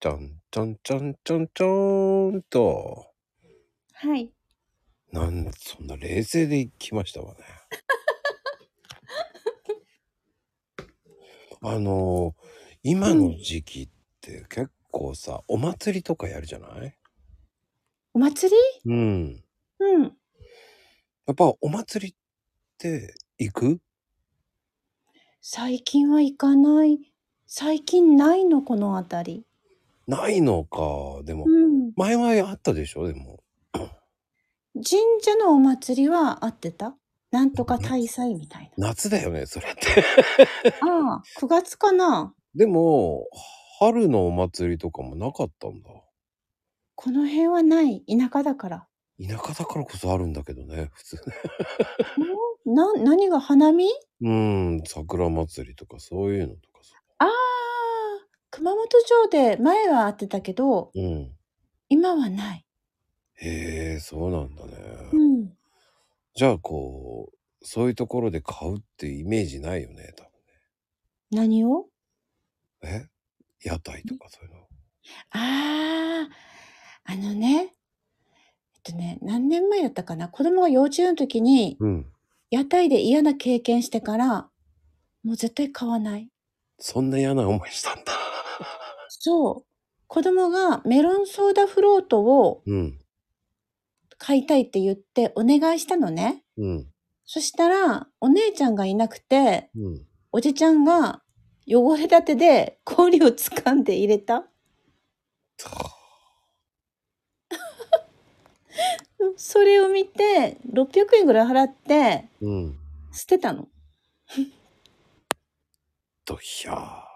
ちょんちょんちょんちょんちょんと、はい。なん、そんな冷静で行きました わね。あの、う今のん。時期って結構さ、お祭りとかやるじゃないお祭り？うん。うん。やっぱお祭りって行く最近は行かない。最近ないの、この辺り。ないのか。でうも、ん。前はあったでしょでも。神社のお祭りは合ってた？なんとかな大祭みたいな。夏だよね、それって。 ああ、9月かな？でも、春のお祭りとかもなかったんだ。この辺はない、田舎だから。田舎だからこそあるんだけどね、普通ね。うん、な何が花見？うん、桜祭りとかそういうのとかさ。ああ、熊本城で前は合ってたけど、うん。今はない。へえ、そうなんだね。うん。じゃあ、こう、そういうところで買うってイメージないよね、多分何を？ね。え屋台とかそういうの。ああ、あのね。えっとね、何年前だったかな、子供が幼稚園の時に、うん。屋台で嫌な経験してから、もう絶対買わない。そんな嫌な思いしたんだ。そう。子供がメロンソーダフロートをうん。買いたいって言ってお願いしたのね。うん。そしたら、お姉ちゃんがいなくて、うん。おじちゃんが汚れた手で氷を掴んで入れた。うん、それを見て、600円ぐらい払って、うん。捨てたの。どひゃー。